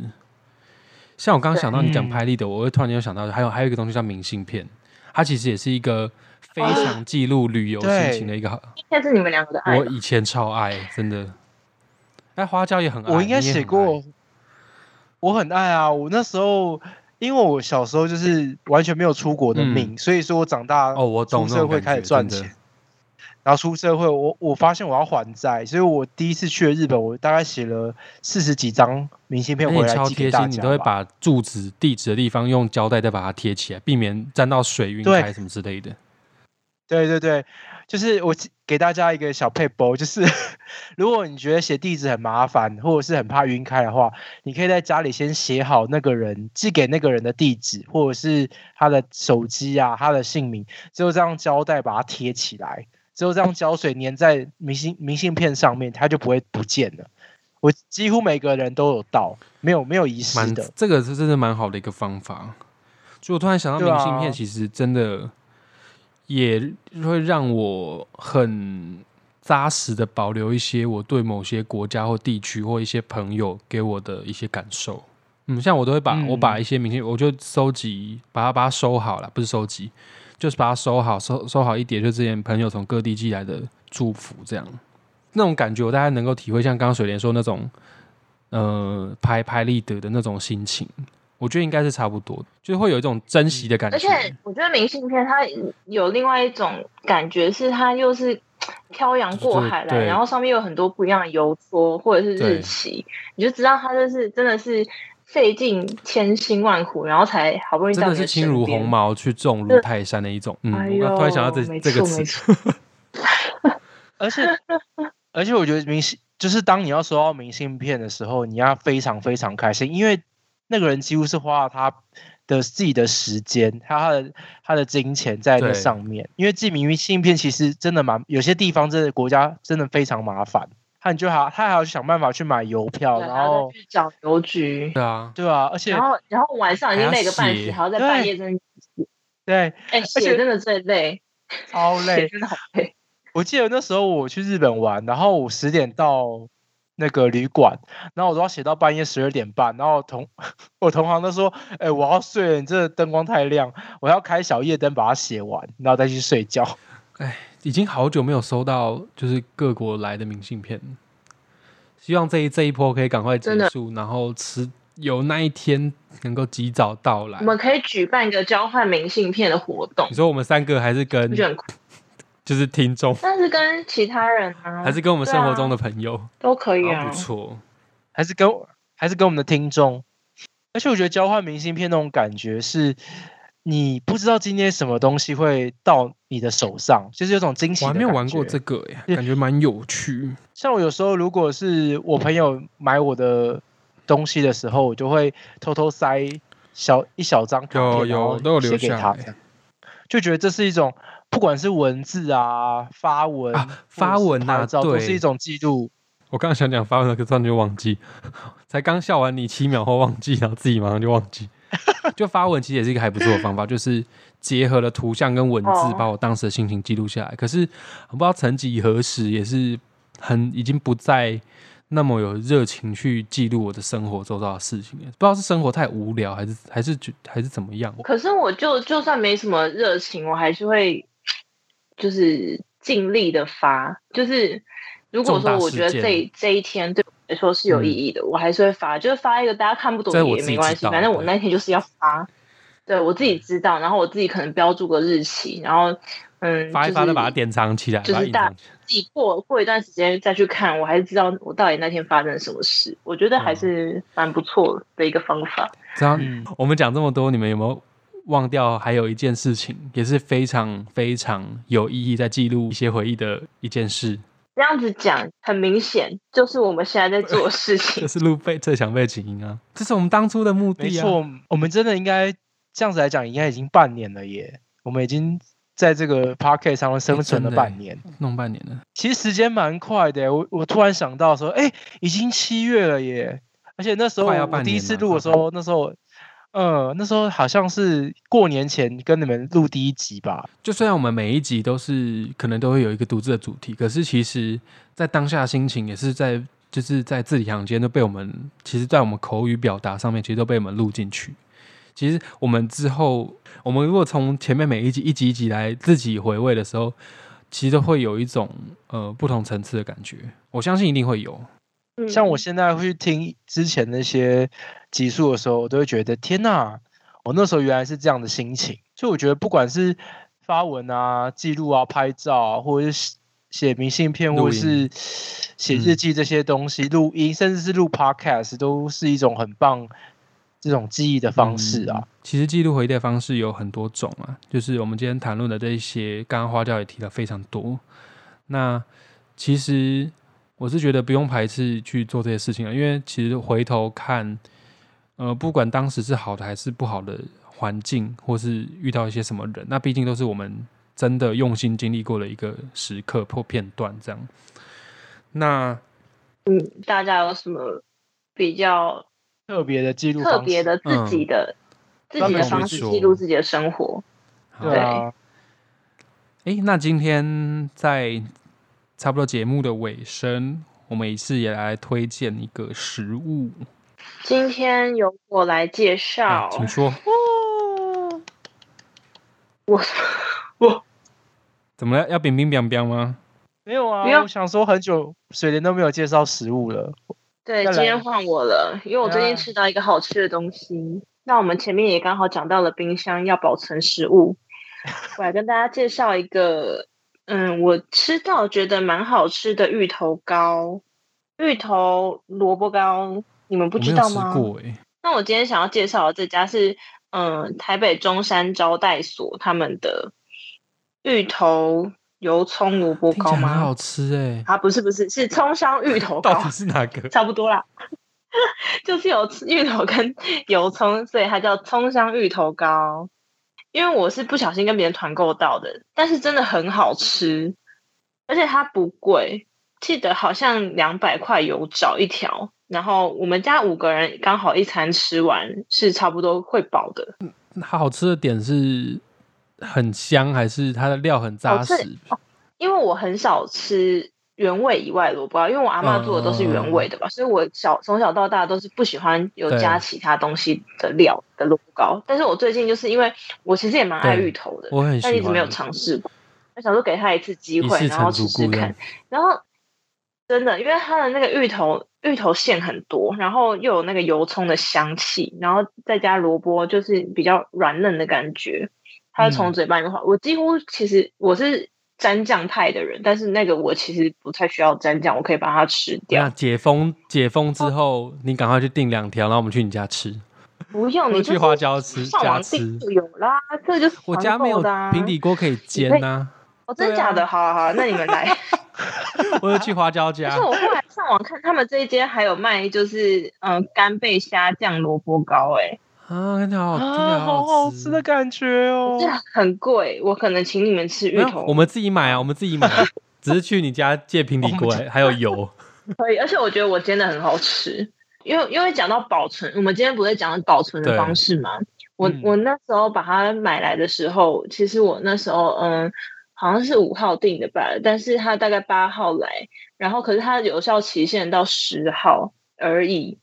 Speaker 1: 像我刚刚
Speaker 2: 对
Speaker 1: 想到你讲
Speaker 3: 嗯
Speaker 1: 拍立得，我会突然间想到，还有还有一个东西叫明信片，它其实也是一个非
Speaker 2: 哦
Speaker 1: 常记录旅游心情的一个好。
Speaker 2: 应该是你们两个的爱
Speaker 1: 我
Speaker 2: 吧。
Speaker 1: 以前超爱，真的。哎，花椒也很爱，
Speaker 3: 我应该
Speaker 1: 你也
Speaker 3: 写
Speaker 1: 很爱
Speaker 3: 过，我很爱啊，我那时候。因为我小时候就是完全没有出国的命，所以说我长大
Speaker 1: 嗯哦，我懂
Speaker 3: 出
Speaker 1: 那种感
Speaker 3: 社会
Speaker 1: 觉
Speaker 3: 开始赚
Speaker 1: 真的
Speaker 3: 钱，然后出社会，我我发现我要还债，所以我第一次去了日本，我大概写了四十几张明信片
Speaker 1: 而且
Speaker 3: 回
Speaker 1: 你
Speaker 3: 来
Speaker 1: 超
Speaker 3: 寄给
Speaker 1: 贴
Speaker 3: 大
Speaker 1: 心，
Speaker 3: 家
Speaker 1: 你
Speaker 3: 吧。
Speaker 1: 都会把住址、地址的地方用胶带再把它贴起来，避免沾到水晕
Speaker 3: 对
Speaker 1: 开什么之类的。
Speaker 3: 对对对，就是我寄给大家一个小配包，就是 如果你觉得写地址很麻烦，或者是很怕晕开的话，你可以在家里先写好那个人寄给那个人的地址，或者是他的手机啊、他的姓名，之后再用胶带把它贴起来，之后再用胶水粘在明信明信片上面，它就不会不见了。我几乎每个人都有到，没有没有遗失
Speaker 1: 蛮
Speaker 3: 的。
Speaker 1: 这个是真的蛮好的一个方法。就我突然想到，
Speaker 3: 对啊啊
Speaker 1: 明信片其实真的也会让我很扎实的保留一些我对某些国家或地区或一些朋友给我的一些感受。嗯，像我都会把、
Speaker 3: 嗯
Speaker 1: 我把一些明信，我就收集，把它把它收好了，不是收集，就是把它收好，收收好一叠，就之前朋友从各地寄来的祝福，这样那种感觉，我大概能够体会，像刚刚水莲说那种，呃，拍拍立得的那种心情，我觉得应该是差不多，就是会有一种珍惜的感觉。
Speaker 2: 而且我觉得明信片它有另外一种感觉，是它又是漂洋过海
Speaker 1: 对
Speaker 2: 来，
Speaker 1: 对
Speaker 2: 然后上面有很多不一样的邮戳或者是
Speaker 1: 对
Speaker 2: 日期，你就知道它这是真的是费尽千辛万苦，然后才好不容易
Speaker 1: 真
Speaker 2: 到
Speaker 1: 的
Speaker 2: 你
Speaker 1: 是
Speaker 2: 的
Speaker 1: 轻
Speaker 2: 身
Speaker 1: 如
Speaker 2: 边
Speaker 1: 鸿。毛去重如泰山的一种，嗯，
Speaker 2: 哎
Speaker 1: 我
Speaker 2: 呦，
Speaker 1: 刚突然想到这
Speaker 2: 没
Speaker 1: 这个
Speaker 2: 错
Speaker 1: 词
Speaker 2: 没，错
Speaker 3: 而且而且我觉得明信就是当你要收到明信片的时候，你要非常非常开心，因为那个人几乎是花了他的自己的时间，他他的他的金钱在那
Speaker 1: 对
Speaker 3: 上面。因为寄明信片其实真的蛮有些地方真的国家真的非常麻烦，他你就还他还要想办法去买邮票，
Speaker 2: 对
Speaker 3: 然
Speaker 2: 然后
Speaker 3: 后
Speaker 2: 再去找邮局，
Speaker 1: 对啊，
Speaker 3: 对啊，而且
Speaker 2: 然后然后晚上已经累个半
Speaker 1: 还要
Speaker 2: 死，
Speaker 1: 写
Speaker 2: 还要在
Speaker 3: 对
Speaker 2: 半夜真的
Speaker 3: 对
Speaker 2: 哎
Speaker 3: 而且
Speaker 2: 写真的最累，
Speaker 3: 超
Speaker 2: 写
Speaker 3: 累。
Speaker 2: 真的好累。
Speaker 3: 我记得那时候我去日本玩，然后我十点到那个旅馆，然后我都要写到半夜十二点半，然后同 我同行都说：“哎、我要睡了，你这灯光太亮，我要开小夜灯把它写完，然后再去睡觉。
Speaker 1: 已经好久没有收到就是各国来的明信片，希望这一这一波可以赶快结
Speaker 2: 真的
Speaker 1: 束，然后迟有那一天能够及早到来
Speaker 2: 我。们可以举办一个交换明信片的活动
Speaker 1: 你，说我们三个还是跟
Speaker 2: 我觉得很酷。
Speaker 1: 就是听众，
Speaker 2: 但是跟其他人嗯啊，
Speaker 1: 还是跟我们生活中
Speaker 2: 的、
Speaker 1: 的朋友，
Speaker 2: 都可以
Speaker 1: 好
Speaker 2: 啊
Speaker 1: 不。错。”
Speaker 3: 还是跟我还是跟我们的听众，而且我觉得交换明信片那种感觉是。你不知道今天什么东西会到你的手上，就是有种惊喜
Speaker 1: 我还
Speaker 3: 的
Speaker 1: 没
Speaker 3: 感觉。
Speaker 1: 有玩过这个耶，
Speaker 3: 对
Speaker 1: 感觉蛮有趣。
Speaker 3: 像我有时候如果是我朋友买我的东西的时候，我就会偷偷塞小一小张卡片，
Speaker 1: 有
Speaker 3: 然后
Speaker 1: 有都有留
Speaker 3: 写给
Speaker 1: 下
Speaker 3: 他
Speaker 1: 来
Speaker 3: 这样，就觉得这是一种不管是文字啊、发文
Speaker 1: 啊发文啊
Speaker 3: 呐，都
Speaker 1: 对
Speaker 3: 是一种记录。
Speaker 1: 我刚刚想讲发文，可突然就忘记， 才刚笑完你七秒后忘记，然后自己马上就忘记。 就发文其实也是一个还不错的方法，就是结合了图像跟文字
Speaker 2: 哦，
Speaker 1: 把我当时的心情记录下来。可是我不知道曾几何时，也是很已经不再那么有热情去记录我的生活周遭的事情了，不知道是生活太无聊，还是还是觉还是怎么样。
Speaker 2: 可是我就就算没什么热情，我还是会就是尽力的发，就是如果
Speaker 1: 重大
Speaker 2: 说我
Speaker 1: 事
Speaker 2: 觉得
Speaker 1: 件嗯
Speaker 2: 这一这一天对我来说是有意义的，我还是会发，就是发一个大家看不懂
Speaker 1: 这我
Speaker 2: 也
Speaker 1: 自己
Speaker 2: 没关
Speaker 1: 知
Speaker 2: 系，
Speaker 1: 道
Speaker 2: 反正我
Speaker 1: 对嗯
Speaker 2: 那天就是要发，对我自己知道，然后我自己可能标注个日期，然后嗯，
Speaker 1: 发一发
Speaker 2: 就是
Speaker 1: 就把它典藏起来，
Speaker 2: 就是
Speaker 1: 把它隐藏
Speaker 2: 大
Speaker 1: 起来
Speaker 2: 自己过过一段时间再去看，我还是知道我到底那天发生了什么事。我觉得
Speaker 1: 嗯
Speaker 2: 还是蛮不错的一个方法。
Speaker 1: 这样
Speaker 3: 嗯，
Speaker 1: 我们讲这么多，你们有没有忘掉？还有一件事情也是非常非常有意义，在记录一些回忆的一件事，
Speaker 2: 这样子讲很明显，就是我们现在在做的事情
Speaker 1: 就。是录被最想被请音啊，这是我们当初的目的
Speaker 3: 没
Speaker 1: 啊。
Speaker 3: 错，我们真的应该这样子来讲，应该已经半年了耶，我们已经在这个 p o c k e t 上面生
Speaker 1: 诶
Speaker 3: 存了
Speaker 1: 哎真的耶
Speaker 3: 半年。
Speaker 1: 弄半年了，
Speaker 3: 其实时间蛮快的耶，我我突然想到说，哎、已经七月了耶！而且那时候
Speaker 1: 快要
Speaker 3: 我
Speaker 1: 半
Speaker 3: 我第一
Speaker 1: 年
Speaker 3: 次
Speaker 1: 了嗯
Speaker 3: 录的时
Speaker 1: 快要
Speaker 3: 候，那时候，呃，那时候好像是过年前跟你们录第一集吧。
Speaker 1: 就虽然我们每一集都是可能都会有一个独自的主题，可是其实，在当下的心情也是在就是在字里行间都被我们，其实，在我们口语表达上面，其实都被我们录进去。其实我们之后，我们如果从前面每一集一集一集来自己回味的时候，其实都会有一种呃不同层次的感觉。我相信一定会有，
Speaker 2: 嗯
Speaker 3: 像我现在会去听之前那些集数的时候，我都会觉得天呐，我那时候原来是这样的心情。所以我觉得不管是发文啊、记录啊、拍照啊，或者是写写明信片，
Speaker 1: 录
Speaker 3: 或者
Speaker 1: 音嗯
Speaker 3: 是写日记这些东西，录、音，甚至是录 podcast，都是一种很棒这种记忆的方式啊。
Speaker 1: 嗯其实记录回忆的方式有很多种啊，就是我们今天谈论的这一些，刚刚花椒也提了非常多。那其实我是觉得不用排斥去做这些事情啊，因为其实回头看，呃，不管当时是好的还是不好的环境，或是遇到一些什么人，那毕竟都是我们真的用心经历过的一个时刻或片段这样。那
Speaker 2: 嗯，大家有什么比较
Speaker 3: 特别的记录方式，嗯
Speaker 2: 特别的自己的、自己的方式
Speaker 1: 专门
Speaker 2: 记录自己的生活？
Speaker 1: 好
Speaker 3: 对啊，
Speaker 1: 诶，那今天在差不多节目的尾声，我们一次也来推荐一个食物，
Speaker 2: 今天由我来介
Speaker 1: 啊
Speaker 2: 绍，
Speaker 1: 请说，
Speaker 3: 哦
Speaker 1: 怎么了？要冰冰冰冰吗？
Speaker 3: 没有啊
Speaker 2: 不，要
Speaker 3: 我想说很久水莲都没有介绍食物了，
Speaker 2: 对，
Speaker 3: 再来
Speaker 2: 今天换我了，因为我最
Speaker 3: 啊
Speaker 2: 近吃到一个好吃的东西。那我们前面也刚好讲到了冰箱要保存食物，我来跟大家介绍一个，嗯，我吃到觉得蛮好吃的芋头糕、芋头萝卜糕，你们不
Speaker 1: 我没
Speaker 2: 知
Speaker 1: 有
Speaker 2: 道
Speaker 1: 吃
Speaker 2: 吗？
Speaker 1: 过诶，
Speaker 2: 那我今天想要介绍的这家是，嗯，台北中山招待所他们的芋头油葱萝卜
Speaker 1: 听起
Speaker 2: 糕
Speaker 1: 来很
Speaker 2: 吗
Speaker 1: 好？吃诶，
Speaker 2: 啊，不是不是，是葱香芋头糕
Speaker 1: 到。底是哪个？
Speaker 2: 差不多啦， 就是有芋头跟油葱，所以它叫葱香芋头糕。因为我是不小心跟别人团购到的，但是真的很好吃，而且它不贵，记得好像两百块有找一条。然后我们家五个人刚好一餐吃完是差不多会饱的，
Speaker 1: 它好吃的点是很香，还是它的料很扎
Speaker 2: 好
Speaker 1: 实
Speaker 2: 吃？因为我很少吃原味以外的萝卜糕，因为我阿妈做的都是原味的吧，所以我小从小到大都是不喜欢有加
Speaker 1: 嗯对
Speaker 2: 其他东西的料的萝卜糕。但是我最近就是因为我其实也蛮爱
Speaker 1: 对
Speaker 2: 芋头的，
Speaker 1: 我很
Speaker 2: 但
Speaker 1: 喜
Speaker 2: 一直
Speaker 1: 欢，
Speaker 2: 没有尝试过。我想说给他一次机
Speaker 1: 一
Speaker 2: 会，
Speaker 1: 次
Speaker 2: 然后
Speaker 1: 成
Speaker 2: 试
Speaker 1: 主
Speaker 2: 试
Speaker 1: 顾这
Speaker 2: 看
Speaker 1: 样。。
Speaker 2: 然后真的，因为它的那个芋头芋头馅很多，然后又有那个油葱的香气，然后再加萝卜，就是比较软嫩的感觉。它从
Speaker 1: 嗯
Speaker 2: 嘴巴里面滑。我几乎其实我是蘸酱派的人，但是那个我其实不太需要蘸酱，我可以把它吃
Speaker 1: 那
Speaker 2: 掉。
Speaker 1: 解封解封之后，你赶快去订两条，然后我们去你家吃，
Speaker 2: 不用，
Speaker 1: 或
Speaker 2: 你
Speaker 1: 者
Speaker 2: 就是
Speaker 1: 去花椒吃
Speaker 2: 上
Speaker 1: 家
Speaker 2: 网
Speaker 1: 吃
Speaker 2: 订。就有啦，这个就是
Speaker 1: 我家没有
Speaker 2: 团购的啊。
Speaker 1: 平底锅可以煎呐、
Speaker 2: 哦，真的
Speaker 1: 对啊
Speaker 2: 假的？好啊好啊，那你 们来。
Speaker 1: 我就去花椒 家。
Speaker 2: 但是我后来上网看，他们这一间还有卖，就是嗯、呃干贝虾酱萝卜糕、欸，
Speaker 1: 啊，真的好，真
Speaker 3: 啊，
Speaker 1: 的
Speaker 3: 好好吃的感觉哦。
Speaker 2: 这很贵，我可能请你们吃
Speaker 1: 没
Speaker 2: 芋
Speaker 1: 有
Speaker 2: 头，
Speaker 1: 我们自己 买啊，我们自己买，只是去你家借平底
Speaker 2: 哦
Speaker 1: 锅，还有油。
Speaker 2: 可以，而且我觉得我煎的很好吃，因为因为讲到保存，我们今天不是讲保存的
Speaker 1: 对
Speaker 2: 方式吗？我
Speaker 3: 嗯
Speaker 2: 我那时候把它买来的时候，其实我那时候嗯，好像是五号订的吧，但是它大概八号来，然后可是它有效期限到十号而已。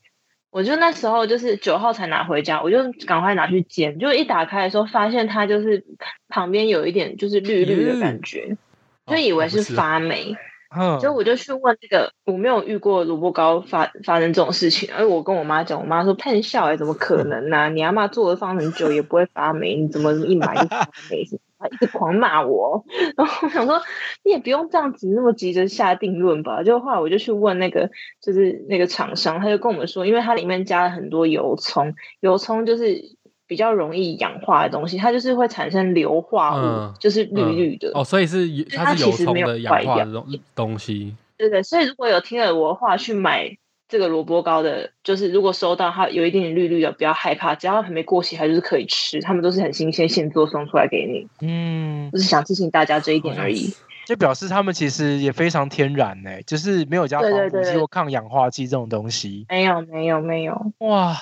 Speaker 2: 我就那时候就是九号才拿回家，我就赶快拿去煎，就一打开的时候发现它就是旁边有一点就是绿绿的
Speaker 1: 嗯
Speaker 2: 感觉，
Speaker 1: 哦
Speaker 2: 就以为
Speaker 1: 我不
Speaker 2: 是
Speaker 1: 吃
Speaker 2: 发霉，
Speaker 3: 嗯，
Speaker 2: 所以我就去问这个，我没有遇过萝卜糕发发生这种事情，而我跟我妈讲，我妈说骗笑哎、怎么可能呢、你阿妈做的放很久也不会发霉，你怎么一买就发霉？ 她一直狂骂我，然后我想说你也不用这样子那么急着下定论吧。就后来我就去问那个就是那个厂商，他就跟我们说，因为它里面加了很多油葱，油葱就是。比较容易氧化的东西，它就是会产生硫化物，
Speaker 1: 嗯
Speaker 2: 就是 绿绿的、
Speaker 1: 哦，所以是
Speaker 2: 是
Speaker 1: 它
Speaker 2: 它
Speaker 1: 是油
Speaker 2: 其实
Speaker 1: 葱
Speaker 2: 没有
Speaker 1: 的氧
Speaker 2: 坏
Speaker 1: 化
Speaker 2: 掉
Speaker 1: 的东东西，
Speaker 2: 对对，所以如果有听了我的话去买这个萝卜糕的，就是如果收到它有一点点绿绿的，不要害怕，只要还没过期，它就是可以吃，他们都是很新鲜现做送出来给你，
Speaker 3: 嗯，
Speaker 2: 就是想提醒大家这一点而已。
Speaker 3: 就表示他们其实也非常天然呢、就是没有加防
Speaker 2: 对对
Speaker 3: 腐剂
Speaker 2: 对
Speaker 3: 或抗氧化剂这种东西。
Speaker 2: 没有没有没有，
Speaker 3: 哇，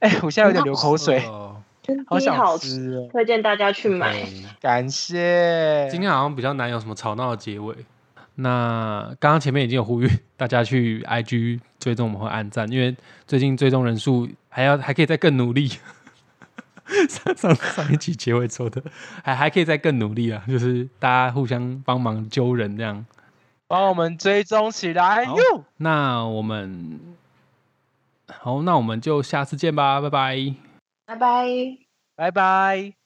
Speaker 3: 哎、我现在有点流口
Speaker 1: 是
Speaker 3: 水，
Speaker 1: 哦
Speaker 2: 真
Speaker 3: 好
Speaker 2: 的
Speaker 3: 想
Speaker 2: 好
Speaker 3: 吃嗯哦。
Speaker 2: 推荐大家去买。
Speaker 1: 对
Speaker 3: 感谢，
Speaker 1: 今天好像比较难有什么吵闹的结尾。那刚刚前面已经有呼吁大家去 IG 追踪我们和按赞，因为最近追踪人数还要还可以再更努力。 上上上一集结尾说的，还还可以再更努力啊，就是大家互相帮忙揪人这样。
Speaker 3: 帮我们追踪起来
Speaker 1: 好
Speaker 3: 哟，
Speaker 1: 那我们好，那我们就下次见吧，拜拜。
Speaker 2: 拜拜。
Speaker 3: 拜拜。